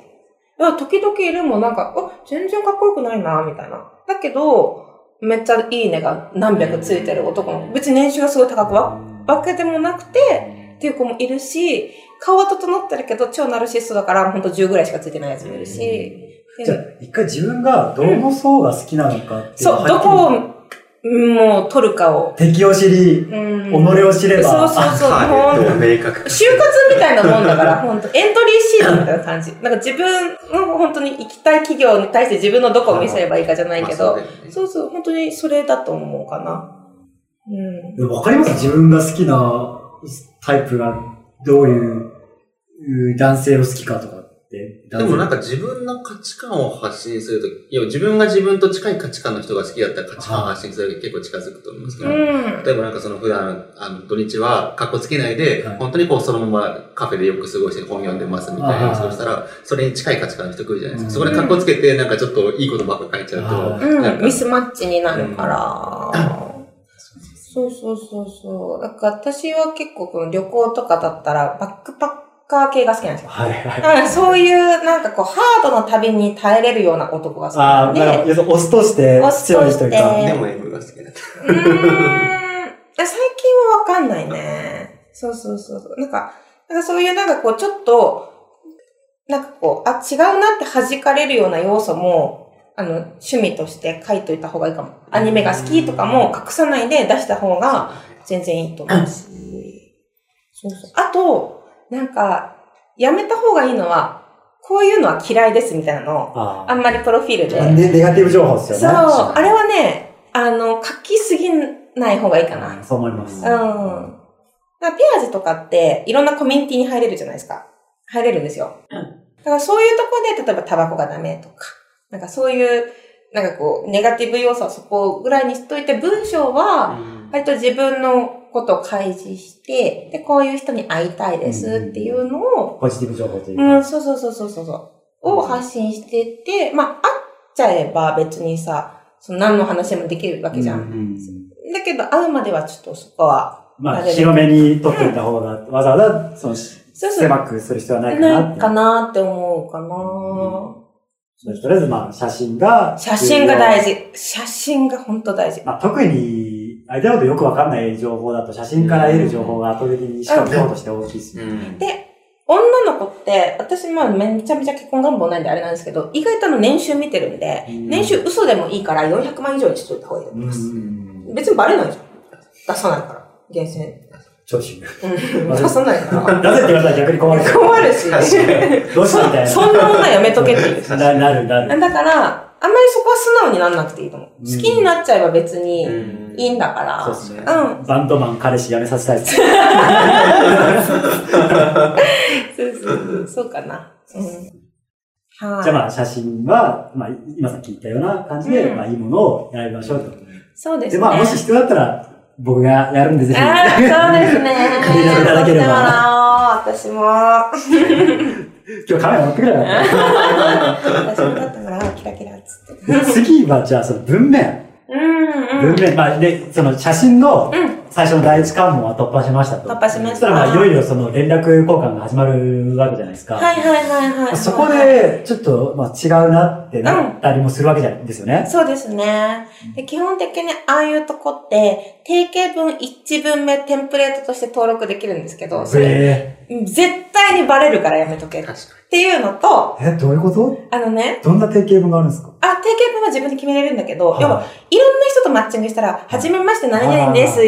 [SPEAKER 3] だから時々いるもんなんか、あ、全然かっこよくないな、みたいな。だけど、めっちゃいいねが何百ついてる男の子。別に年収がすごい高くわわけでもなくて、っていう子もいるし、顔は整ってるけど、超ナルシストだから、ほんと10ぐらいしかついてないやつもいるし。で
[SPEAKER 1] じゃあ、一回自分がどの層が好きなのかっていうの
[SPEAKER 3] そう、どこを、もう取るかを。
[SPEAKER 1] 敵を知り、
[SPEAKER 3] うん。
[SPEAKER 1] 己を知れば、
[SPEAKER 3] そうそうそう。ほんと
[SPEAKER 2] <laughs> はい明確。
[SPEAKER 3] 就活みたいなもんだから、 <laughs> 本当エントリーシートみたいな感じ。なんか自分の本当に行きたい企業に対して自分のどこを見せればいいかじゃないけ
[SPEAKER 2] ま
[SPEAKER 3] ど、
[SPEAKER 2] あそうだよね
[SPEAKER 3] そうそう、本当にそれだと思うかな。うん。
[SPEAKER 1] でもわかります自分が好きなタイプがどういうう男性を好きかとかって。
[SPEAKER 2] でもなん
[SPEAKER 1] か、
[SPEAKER 2] か自分の価値観を発信するとき、いや自分が自分と近い価値観の人が好きだったら価値観を発信するとき結構近づくと思いますけ
[SPEAKER 3] う
[SPEAKER 2] ど、
[SPEAKER 3] ん。
[SPEAKER 2] 例えばなんかその普段、あの、土日はカッコつけないで、
[SPEAKER 1] はい
[SPEAKER 2] 本当にこうそのままカフェでよく過ごして本読んでますみたい
[SPEAKER 1] あ
[SPEAKER 2] な、
[SPEAKER 1] ー
[SPEAKER 2] そうしたら、それに近い価値観の人来るじゃないです
[SPEAKER 1] う
[SPEAKER 2] か。
[SPEAKER 1] ん
[SPEAKER 2] そこでカッコつけて、なんかちょっといいことばっか書いちゃう
[SPEAKER 1] あ
[SPEAKER 2] と、
[SPEAKER 1] ー
[SPEAKER 2] な
[SPEAKER 3] うんん。
[SPEAKER 2] か
[SPEAKER 3] ミスマッチになるから。そうそうそうそう。だから私は結構この旅行とかだったらバックパッカー系が好きなんですよ。
[SPEAKER 1] はいはい。
[SPEAKER 3] だからそういうなんかこうハードな旅に耐えれるような男が好き
[SPEAKER 1] あ
[SPEAKER 3] な
[SPEAKER 1] あ、
[SPEAKER 3] んで。
[SPEAKER 1] なんか、要するにオスとして
[SPEAKER 3] オス
[SPEAKER 1] 強
[SPEAKER 3] と
[SPEAKER 1] い
[SPEAKER 3] して
[SPEAKER 1] 人が。
[SPEAKER 2] でも M が好きだった。
[SPEAKER 3] うーん最近はわかんないね。そうそうそうそう。なんか、なんかそういうなんかこう、ちょっと、なんかこう、あ、違うなって弾かれるような要素も、あの、趣味として書いといた方がいいかも。アニメが好きとかも隠さないで出した方が全然いいと思うし。そうそう。あと、なんか、やめた方がいいのは、こういうのは嫌いですみたいなのを、
[SPEAKER 1] あ
[SPEAKER 3] あんまりプロフィールで。
[SPEAKER 1] あ。ねネガティブ情報です
[SPEAKER 3] そう、
[SPEAKER 1] よね。
[SPEAKER 3] あれはね、あの、書きすぎない方がいいかな。うん。
[SPEAKER 1] そう思います。
[SPEAKER 3] だからペアーズとかって、いろんなコミュニティに入れるじゃないですか。入れるんですよ。だからそういうところで、例えばタバコがダメとか、なんかそういう、なんかこう、ネガティブ要素はそこぐらいにしといて、文章は、割と自分のことを開示して、で、こういう人に会いたいですっていうのを、
[SPEAKER 1] ポジティブ情報という
[SPEAKER 3] う
[SPEAKER 1] か。
[SPEAKER 3] ん、そうそうそうそうそうそう。を発信してって、まあ、会っちゃえば別にさ、その何の話もできるわけじゃん。
[SPEAKER 1] う
[SPEAKER 3] だけど、会うまではちょっとそこは、
[SPEAKER 1] ま
[SPEAKER 3] あ
[SPEAKER 1] あ、
[SPEAKER 3] れ
[SPEAKER 1] 広めに撮っておいた方が、わざわざ、その、
[SPEAKER 3] そうそう。
[SPEAKER 1] 狭くする必要はないかな
[SPEAKER 3] な
[SPEAKER 1] っ
[SPEAKER 3] い
[SPEAKER 1] て
[SPEAKER 3] かなって思うか
[SPEAKER 1] そうとりあえずまあ写真が。
[SPEAKER 3] な。写真が大。事。写真が本当大事。
[SPEAKER 1] まあ特に、相手のことよくわかんない情報だと写真から得る情報が圧倒的にしかも量として大きいし。
[SPEAKER 2] うん
[SPEAKER 3] で女の子って、私まあめちゃめちゃ結婚願望ないんであれなんですけど、意外とあの年収見てるんで、
[SPEAKER 1] うん
[SPEAKER 3] 年収嘘でもいいから400万以上にしといた方がいいと思います。
[SPEAKER 1] ん。
[SPEAKER 3] 別にバレないじゃん。出さないから。厳選。
[SPEAKER 1] 聴取。出せ
[SPEAKER 3] うん
[SPEAKER 1] まあ
[SPEAKER 3] 出さないから。
[SPEAKER 1] って言われたら逆に
[SPEAKER 3] <laughs>
[SPEAKER 1] 困る。
[SPEAKER 3] 困るし。
[SPEAKER 1] どうしたみたいな。
[SPEAKER 3] そんなものはやめとけっていう。
[SPEAKER 1] ななるなる。
[SPEAKER 3] だから、あんまりそこは素直になんなくていいと思う。
[SPEAKER 1] うん
[SPEAKER 3] 好きになっちゃえば別に
[SPEAKER 2] うん
[SPEAKER 3] いいんだから。
[SPEAKER 1] そうですね。
[SPEAKER 3] う
[SPEAKER 1] バンドマン彼氏辞めさせたいです。
[SPEAKER 3] そうそうそうかな。うん。はい。
[SPEAKER 1] じゃあまあ写真は、まあ今さっき言ったような感じで、
[SPEAKER 3] うん
[SPEAKER 1] まあいいものを選びましょうと。で
[SPEAKER 3] そうですね。
[SPEAKER 1] まあもし必要だったら、僕がやるんでぜひ。
[SPEAKER 3] あーそうですね。
[SPEAKER 1] 借りていただければ
[SPEAKER 3] そうしてもらおう私も。
[SPEAKER 1] 今日カメラ持ってくれば
[SPEAKER 3] <laughs>
[SPEAKER 1] よかっ
[SPEAKER 3] 私もだったから、キラキラっつって。
[SPEAKER 1] た次はじゃあその文面。
[SPEAKER 3] うん
[SPEAKER 1] 文
[SPEAKER 3] うん。
[SPEAKER 1] 面。まあで、その写真の
[SPEAKER 3] うん。
[SPEAKER 1] 最初の第一関門は突破しましたと。
[SPEAKER 3] 突破しました
[SPEAKER 1] そしたらまあいよいよその連絡交換が始まるわけじゃないですか。
[SPEAKER 3] はいはいはいはい。
[SPEAKER 1] そこ。で、ちょっと、まあ、違うなってなったりもするわけじゃないですよね。
[SPEAKER 3] そうですね。で基本的にああいうとこって、定型文1文目テンプレートとして登録できるんですけど、それ、
[SPEAKER 1] え
[SPEAKER 3] 絶対にバレるからやめとけっ
[SPEAKER 2] 確
[SPEAKER 3] ていうのと、
[SPEAKER 1] ー、え、どういうこと
[SPEAKER 3] あのね、
[SPEAKER 1] どんな定型文があるんですか
[SPEAKER 3] あ、定型文は自分で決めれるんだけど、要
[SPEAKER 1] は
[SPEAKER 3] は、いろんな人とマッチングしたら、はじめまして何々です
[SPEAKER 1] は、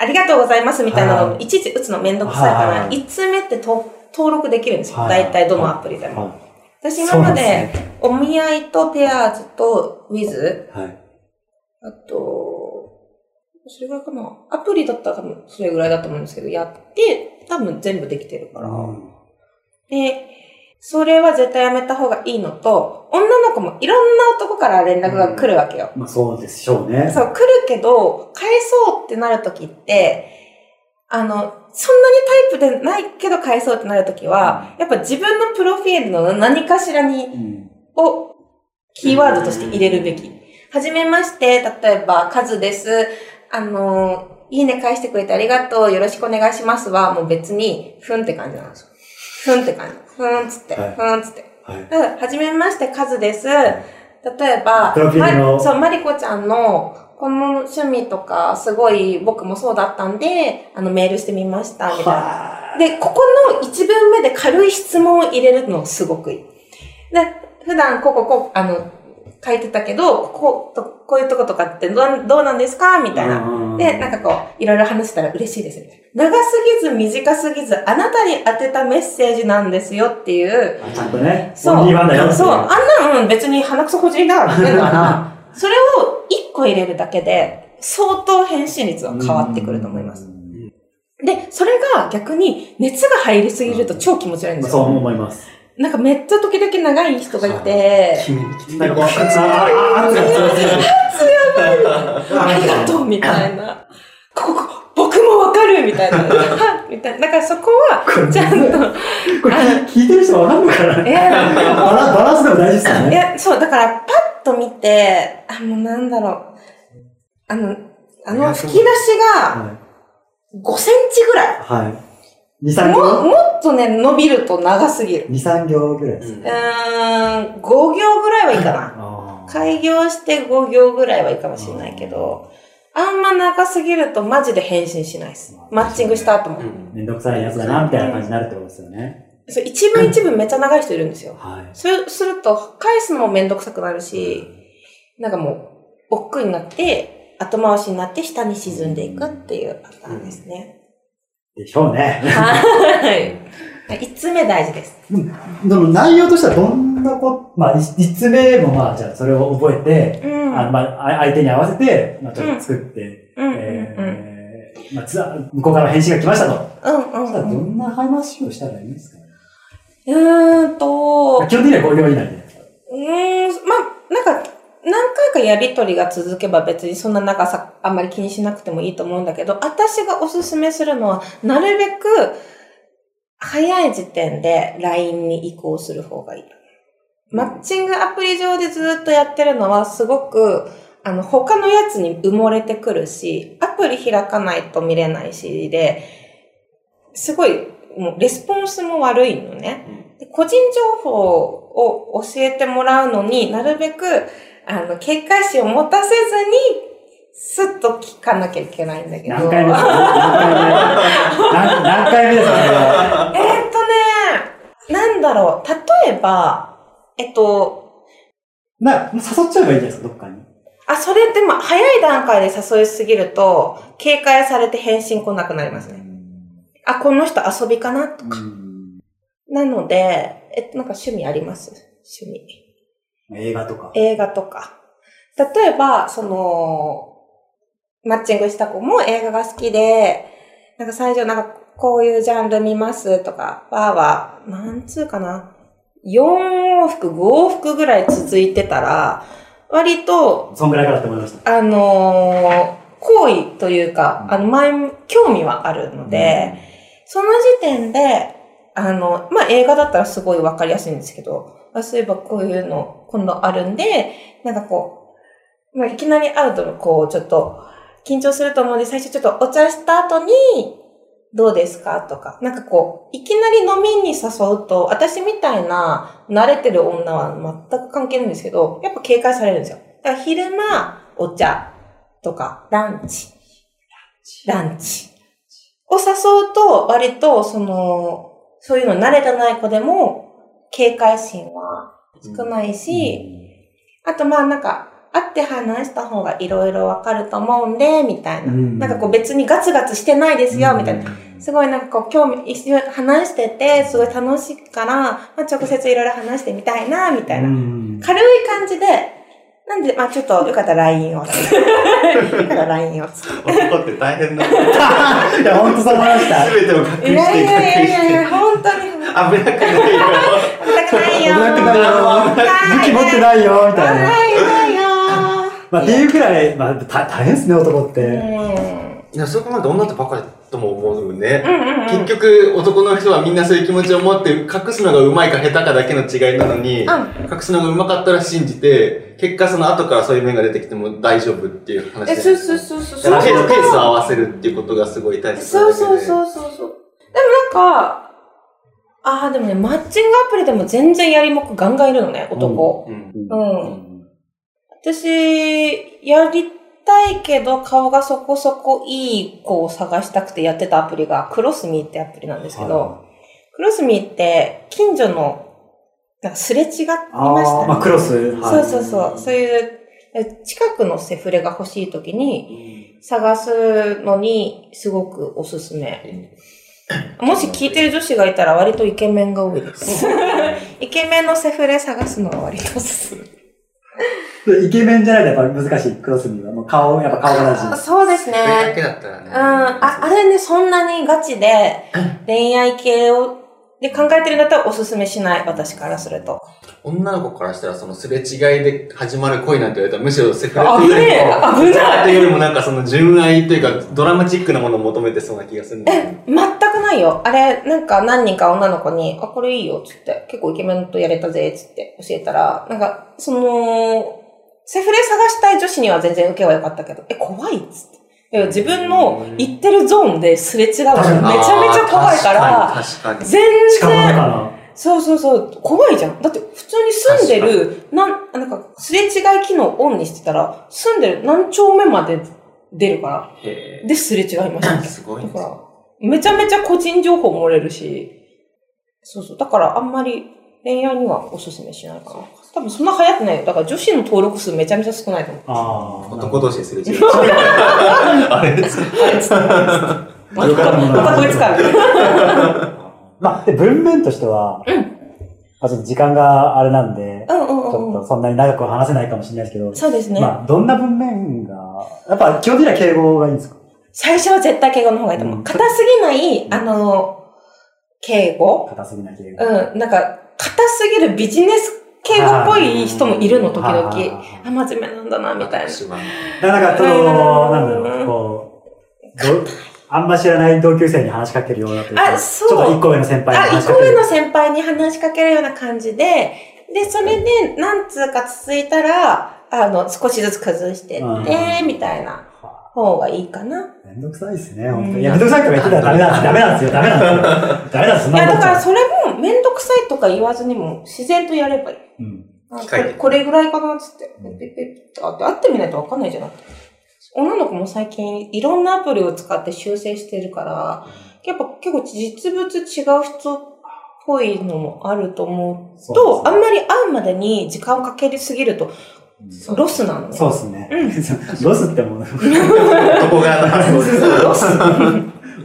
[SPEAKER 3] ありがとうございますみたいなの
[SPEAKER 1] は
[SPEAKER 3] をいちいち打つのめんどくさいか
[SPEAKER 1] はい
[SPEAKER 3] ら、1通目ってと登録できるんですよ。
[SPEAKER 1] はい
[SPEAKER 3] 大体どのアプリで
[SPEAKER 1] い
[SPEAKER 3] も。
[SPEAKER 1] は
[SPEAKER 3] 私
[SPEAKER 1] い
[SPEAKER 3] 今ま
[SPEAKER 1] そうなん
[SPEAKER 3] で、
[SPEAKER 1] すね
[SPEAKER 3] お見合いとペアーズとウィズ、
[SPEAKER 1] はい。
[SPEAKER 3] あと、それぐらいかな。アプリだったら多分それぐらいだと思うんですけど、やって、多分全部できてるから。で、それは絶対やめた方がいいのと、女の子もいろんな男から連絡が来るわけよ。
[SPEAKER 1] まあ、そうでしょうね。
[SPEAKER 3] そう、来るけど、返そうってなるときって、あの、そんなにタイプでないけど返そうってなるときは、やっぱ自分のプロフィールの何かしらに、
[SPEAKER 1] うん。
[SPEAKER 3] をキーワードとして入れるべき。はじめまして、例えば、カズです。あの、いいね返してくれてありがとう。よろしくお願いしますは、もう別に、ふんって感じなんですよ。ふんって感じ。ふんっつって、
[SPEAKER 1] はい
[SPEAKER 3] ふんっつって。
[SPEAKER 1] はい。
[SPEAKER 3] うんはじめまして、カズです。例えば、
[SPEAKER 1] プロフィールの
[SPEAKER 3] まそう、マリコちゃんの、この趣味とか、すごい僕もそうだったんで、あの、メールしてみました、みたいな。
[SPEAKER 1] は
[SPEAKER 3] で、ここの一文目で軽い質問を入れるのすごくいい。で、普段ここ、こう、あの、書いてたけど、ここと、こういうとことかってどうどうなんですかみたいな。
[SPEAKER 1] な
[SPEAKER 3] で、なんかこう、いろいろ話したら嬉しいですみたいな。長すぎず短すぎず、あなたに宛てたメッセージなんですよっていう。
[SPEAKER 1] ちゃんとね、
[SPEAKER 3] そう。
[SPEAKER 1] オンリーワンだよってい
[SPEAKER 3] そう。あんなの別に鼻くそほじりながら言ってんだ
[SPEAKER 1] <laughs>
[SPEAKER 3] から、それを一個入れるだけで、相当返信率は変わってくると思います。
[SPEAKER 1] うん
[SPEAKER 3] で、それが逆に熱が入りすぎると超気持ち悪いんです
[SPEAKER 1] そう
[SPEAKER 3] よ。
[SPEAKER 1] 思います。
[SPEAKER 3] なんかめっちゃ時々長い人がいて、
[SPEAKER 1] なんか、ああ、熱い熱い熱い
[SPEAKER 3] ありがとうみたいな。ここ、僕もわかるみたいな。はみたいな。だからそこは、
[SPEAKER 1] これ
[SPEAKER 3] ちゃんと、
[SPEAKER 1] これ聞いてる人わかんのかなバ
[SPEAKER 3] いや、
[SPEAKER 1] ラバランスでも大事ですよ
[SPEAKER 3] い
[SPEAKER 1] ね。
[SPEAKER 3] や、そう、だからパッと見て、あ、もうなんだろう。あの、あの吹き出しが
[SPEAKER 1] は
[SPEAKER 3] 5センチぐらい。
[SPEAKER 1] い。はい。2、3
[SPEAKER 3] も、
[SPEAKER 1] 行
[SPEAKER 3] もっとね、伸びると長すぎる。
[SPEAKER 1] ?2、3行ぐらいです。
[SPEAKER 3] う
[SPEAKER 2] か
[SPEAKER 3] ーん、5行ぐらいはいいかな。
[SPEAKER 1] あー
[SPEAKER 3] 開業して5行ぐらいはいいかもしれないけど、あんま長すぎるとマジで返信しないです。マッチングした後も。
[SPEAKER 2] うん
[SPEAKER 1] めんどくさいやつだな、みたいな感じになるってことですよね。
[SPEAKER 3] そう一文一文めっちゃ長い人いるんですよ。
[SPEAKER 1] はい。
[SPEAKER 3] そうすると、返すのもめんどくさくなるし、なんかもう、億劫になって、後回しになって下に沈んでいくっていうパターンですね。
[SPEAKER 1] でしょうね。
[SPEAKER 3] はい。1つ目大事です。
[SPEAKER 1] でも内容としてはどんなこまあ、い一つ目もまあ、じゃあそれを覚えて、
[SPEAKER 3] うん。
[SPEAKER 1] あのまあ、あ相手に合わせて、まあ、ちょっと作って、
[SPEAKER 3] うんうんうん。
[SPEAKER 1] えーまあ、ツアー向こうから返信が来ましたと。
[SPEAKER 3] うん
[SPEAKER 1] そ
[SPEAKER 3] う
[SPEAKER 1] したら
[SPEAKER 3] ん
[SPEAKER 1] ど
[SPEAKER 3] うん。
[SPEAKER 1] んな話をしたらいいんですかね。
[SPEAKER 3] うーんと、
[SPEAKER 1] <laughs> 基本的には5秒以内で。
[SPEAKER 3] うーん、まあ、なんか、何回かやりとりが続けば別にそんな長さあんまり気にしなくてもいいと思うんだけど、私がおすすめするのは、なるべく早い時点で LINE に移行する方がいい。マッチングアプリ上でずっとやってるのはすごく、あの、他のやつに埋もれてくるし、アプリ開かないと見れないしで、すごいもうレスポンスも悪いのね。で個人情報を教えてもらうのになるべく、あの、警戒心を持たせずに、スッと聞かなきゃいけないんだけど。
[SPEAKER 1] 何回目ですか何回目何何回目ですかそれは
[SPEAKER 3] えーっとね、なんだろう。例えば、えっと、
[SPEAKER 1] な、誘っちゃえばいいんじゃないですか、どっかに。
[SPEAKER 3] あ、それでも早い段階で誘いすぎると、警戒されて返信来なくなりますね。あ、この人遊びかなとか。なので、え、なんか趣味あります趣味。
[SPEAKER 1] 映画とか。
[SPEAKER 3] 映画とか。例えば、その、マッチングした子も映画が好きで、なんか最初なんかこういうジャンル見ますとか、わーわー、なんつうかな。4往復、5往復ぐらい続いてたら、割と、
[SPEAKER 1] そんぐらいからって思いました。
[SPEAKER 3] あのー好意というか、
[SPEAKER 1] うん
[SPEAKER 3] あの、前、興味はあるので、その時点で、あの、まあ、映画だったらすごいわかりやすいんですけど、あそういえばこういうの今度あるんで、なんかこう、まあ、いきなり会うとこう、ちょっと緊張すると思うんで、最初ちょっとお茶した後に、どうですかとか、なんかこう、いきなり飲みに誘うと、私みたいな慣れてる女は全く関係ないんですけど、やっぱ警戒されるんですよ。だから昼間、お茶とか、ランチ、ランチを誘うと、割と、その、そういうの慣れてない子でも、警戒心は少ないし、あとまあなんか、会って話した方がいろいろわかると思うんで、みたいな。
[SPEAKER 1] うん
[SPEAKER 3] なんかこう別にガツガツしてないですよ、みたいな。
[SPEAKER 1] な。
[SPEAKER 3] すごいなんかこう興味、一緒に話してて、すごい楽しいから、まあ直接いろいろ話してみたいな、みたいな。
[SPEAKER 1] うん <laughs>
[SPEAKER 3] 軽い感じで、なんで、まあちょっとよかったら LINE を。 <laughs> よかったら LINE を。
[SPEAKER 2] 男って大変な。
[SPEAKER 1] いや、ほんとそう思いました。
[SPEAKER 2] すべてを確
[SPEAKER 3] い
[SPEAKER 2] 認し
[SPEAKER 3] や
[SPEAKER 2] て、確認
[SPEAKER 3] いやいやい
[SPEAKER 2] して。
[SPEAKER 3] や、本当に。
[SPEAKER 2] 危なくないよ。
[SPEAKER 3] 危なくないよ。
[SPEAKER 1] 危なくないよ武器持ってないよ、み
[SPEAKER 3] 危
[SPEAKER 1] たいな。
[SPEAKER 3] ないよ。
[SPEAKER 1] まあ、っていうくらい、まあ、た大変ですね、男って。
[SPEAKER 2] いや、そこまで女ってバカだとも思うもんね。
[SPEAKER 3] うんうんうん。
[SPEAKER 2] 結局、男の人はみんなそういう気持ちを持って、隠すのが上手いか下手かだけの違いなのに、隠すのが上手かったら信じて、結果その後からそういう面が出てきても大丈夫っていう話
[SPEAKER 3] え、
[SPEAKER 2] で。
[SPEAKER 3] そうそうそうそ
[SPEAKER 2] だ
[SPEAKER 3] う。
[SPEAKER 2] からペースペースを合わせるっていうことがすごい大切な
[SPEAKER 3] そうそう
[SPEAKER 2] う。
[SPEAKER 3] そうそうそう。でもなんか、ああ、でもね、マッチングアプリでも全然やりもくガンガンいるのね、男。
[SPEAKER 2] うん。
[SPEAKER 3] うん。私、やりたいけど顔がそこそこいい子を探したくてやってたアプリが、クロスミーってアプリなんですけど、クロスミーって近所の、なんかすれ違っていました
[SPEAKER 1] ああ、まあ、クロス。
[SPEAKER 3] そう
[SPEAKER 1] は
[SPEAKER 3] そうそう。そういう、え近くのセフレが欲しい時に探すのにすごくおすすめ。もし聞いてる女子がいたら割とイケメンが多いです。イケメンのセフレ探すのは割とおすすめ。
[SPEAKER 1] い。イケメンじゃないとやっぱ難しい、クロスには。もう顔、やっぱ顔が大事。
[SPEAKER 3] そうです
[SPEAKER 2] それだ
[SPEAKER 3] ね。
[SPEAKER 2] けだったらね。
[SPEAKER 3] うん。あ、あれね、そんなにガチで恋愛系を、で考えてるんだったらおすすめしない、私からすると。
[SPEAKER 2] 女の子からしたら、そのすれ違いで始まる恋なんて言われたら、むしろセクレ
[SPEAKER 3] 危ねえ危ない
[SPEAKER 2] というよりもなんかその純愛というか、ドラマチックなものを求めてそうな気がするんだよね。
[SPEAKER 3] 全くないよ。あれ、なんか何人か女の子に、あ、これいいよ、つって、結構イケメンとやれたぜ、つって教えたら、なんか、その、セフレ探したい女子には全然受けは良かったけど、え、怖いっつって。いや自分の行ってるゾーンですれ違うのめちゃめちゃ怖いから、
[SPEAKER 2] あー確かに。確かに
[SPEAKER 3] 全
[SPEAKER 1] 近場だ
[SPEAKER 3] 然、
[SPEAKER 1] か
[SPEAKER 3] そうそうそう、怖いじゃん。だって普通に住んでる、なん、なんか、すれ違い機能をオンにしてたら、住んでる何丁目まで出るから、
[SPEAKER 2] へ
[SPEAKER 3] で、すれ違
[SPEAKER 2] <laughs>
[SPEAKER 3] いました
[SPEAKER 2] え。。すごい
[SPEAKER 3] だ
[SPEAKER 2] ね。
[SPEAKER 3] から、めちゃめちゃ個人情報漏れるし、そうそう。だからあんまり恋愛にはおすすめしないかな。多分そんな流行ってないよ。だから女子の登録数めちゃめちゃ少ないと思う。
[SPEAKER 1] ら。ああ。
[SPEAKER 2] 男
[SPEAKER 1] と。
[SPEAKER 2] 同士ですれ
[SPEAKER 3] <laughs>
[SPEAKER 2] 違い。あれ
[SPEAKER 3] またこいつか。
[SPEAKER 1] まあ、で、文面としては、まあ、ちょっと時間があれなんで、
[SPEAKER 3] うんう
[SPEAKER 1] ち
[SPEAKER 3] ん
[SPEAKER 1] ょっ
[SPEAKER 3] うんう
[SPEAKER 1] とそんなに長くは話せないかもしれないですけど
[SPEAKER 3] ん。、そうですね。
[SPEAKER 1] まあ、どんな文面が、やっぱ基本的には敬語がいいんですか
[SPEAKER 3] 最初は絶対敬語の方がいいと思
[SPEAKER 1] う
[SPEAKER 3] う。
[SPEAKER 1] ん
[SPEAKER 3] 硬すぎない、あの、敬語
[SPEAKER 1] 硬すぎない敬語。
[SPEAKER 3] うん。なんか、硬すぎるビジネス敬語っぽい人もいるの、時
[SPEAKER 1] は
[SPEAKER 3] 々。
[SPEAKER 1] い
[SPEAKER 3] あ、真面目なんだな、みたいな。
[SPEAKER 2] 私は
[SPEAKER 1] だから、その、なんだろ
[SPEAKER 3] う
[SPEAKER 1] う、
[SPEAKER 3] ん
[SPEAKER 1] こう、どあんま知らない同級生に話しかけるようなというか、
[SPEAKER 3] あそう
[SPEAKER 1] ちょっと一個上の先輩に
[SPEAKER 3] あ、
[SPEAKER 1] 話
[SPEAKER 3] 一
[SPEAKER 1] しか
[SPEAKER 3] 個
[SPEAKER 1] け
[SPEAKER 3] 上
[SPEAKER 1] る。
[SPEAKER 3] の先輩に話しかけるような感じで、で、それで、なんつうか続いたら、あの、少しずつ崩してって、
[SPEAKER 1] うん
[SPEAKER 3] みたいな方がいいかな。
[SPEAKER 1] めんどくさいですね、本当
[SPEAKER 3] うん
[SPEAKER 1] に。いや、めんどくさいとか言ってたらダメなんです。ダメなんですよ、ダメなんですよ。ダメなんです、そん
[SPEAKER 3] い
[SPEAKER 1] な
[SPEAKER 3] や、
[SPEAKER 1] こと
[SPEAKER 3] だからそれもめんどくさいとか言わずにも自然とやればいい。
[SPEAKER 1] うん。
[SPEAKER 3] あ
[SPEAKER 2] 機
[SPEAKER 3] こ
[SPEAKER 2] 械で
[SPEAKER 3] れこれぐらいかなっつって、
[SPEAKER 1] うん
[SPEAKER 3] ペッペッペッってあって会ってみないとわかんないじゃなくて。女の子も最近いろんなアプリを使って修正してるから、やっぱ結構実物違う人っぽいのもあると思う
[SPEAKER 1] そうで
[SPEAKER 3] と、
[SPEAKER 1] す
[SPEAKER 3] あんまり会うまでに時間をかけりすぎると
[SPEAKER 1] うん
[SPEAKER 3] ロスなのね。
[SPEAKER 1] そうですね。ロスってもう、
[SPEAKER 2] どこからの発想です
[SPEAKER 3] ロス。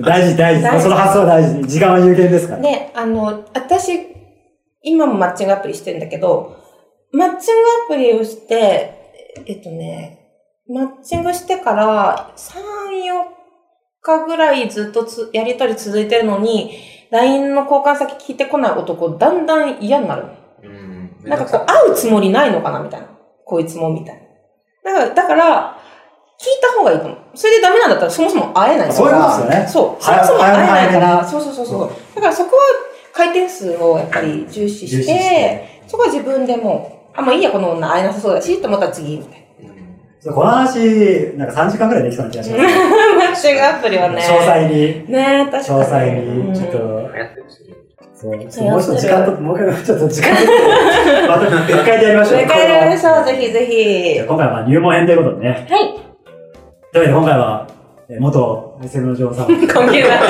[SPEAKER 1] 大事、大
[SPEAKER 3] 大
[SPEAKER 1] 事。
[SPEAKER 3] 事
[SPEAKER 1] その発想は大事。時間は有限ですから。
[SPEAKER 3] で、あの、私、今もマッチングアプリしてんだけど、マッチングアプリをして、えっとね、マッチングしてから3、4日ぐらいずっとつやりとり続いてるのに、LINE の交換先聞いてこない男、だんだん嫌になる。
[SPEAKER 2] うん。
[SPEAKER 3] なんかこう、会うつもりないのかなみたいな。こいつも、みたいな。だから、だから、聞いた方がいいと思う。それでダメなんだったら、そもそも会えないから
[SPEAKER 1] そういうことですよね。
[SPEAKER 3] そう。そ
[SPEAKER 1] 早
[SPEAKER 3] も
[SPEAKER 1] め
[SPEAKER 3] そも会えないか
[SPEAKER 1] 早め
[SPEAKER 3] ら。
[SPEAKER 1] な
[SPEAKER 3] そうそうそうそうう。だからそこは回転数をやっぱり重視して、
[SPEAKER 1] 重視して
[SPEAKER 3] そこは自分でもう、あ、もういいや、この女会えなさそうだし、と思ったら次、みたいな。
[SPEAKER 1] ちょっとこの話、なんか3時間くらいできそうな気がします。
[SPEAKER 3] マッチングアプリは
[SPEAKER 1] 詳
[SPEAKER 3] ね。
[SPEAKER 1] 細に、
[SPEAKER 3] ね確かに。
[SPEAKER 1] 詳細に、ちょっ
[SPEAKER 3] うん
[SPEAKER 1] と、
[SPEAKER 2] 流行ってるし。
[SPEAKER 1] そう、ちょっともうちょっと時間と、もう一回、ちょっと時間と、また別回でやりましょう。
[SPEAKER 3] 正解でやりましょう。ぜひぜ
[SPEAKER 1] じゃあ
[SPEAKER 3] ひ。
[SPEAKER 1] 今回は入門編ということでね。
[SPEAKER 3] はい。
[SPEAKER 1] というわけで今回は、えー元 SM の女王さん。というわ
[SPEAKER 3] 関係ない。もう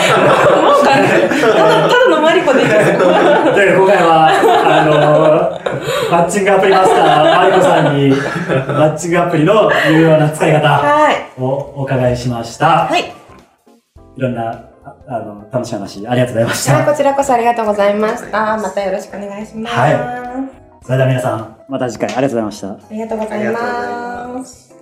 [SPEAKER 3] 関係ない。ただ、ただのマリコでい
[SPEAKER 1] <laughs>
[SPEAKER 3] いです。
[SPEAKER 1] けで今回は、あのー、マッチングアプリマスター、マリコさんに、マッチングアプリの有用な使い方
[SPEAKER 3] はい。
[SPEAKER 1] をお伺いしました。
[SPEAKER 3] はい。
[SPEAKER 1] いろんな、ああの、楽しい話、ありがとうございまし
[SPEAKER 3] はい、
[SPEAKER 1] た。
[SPEAKER 3] こちらこそありがとうございました。またよろしくお願いします。
[SPEAKER 1] はいそれでは皆さん、また次回ありがとうございました。
[SPEAKER 3] ありがとうござい
[SPEAKER 2] ありがとうござい
[SPEAKER 3] ます。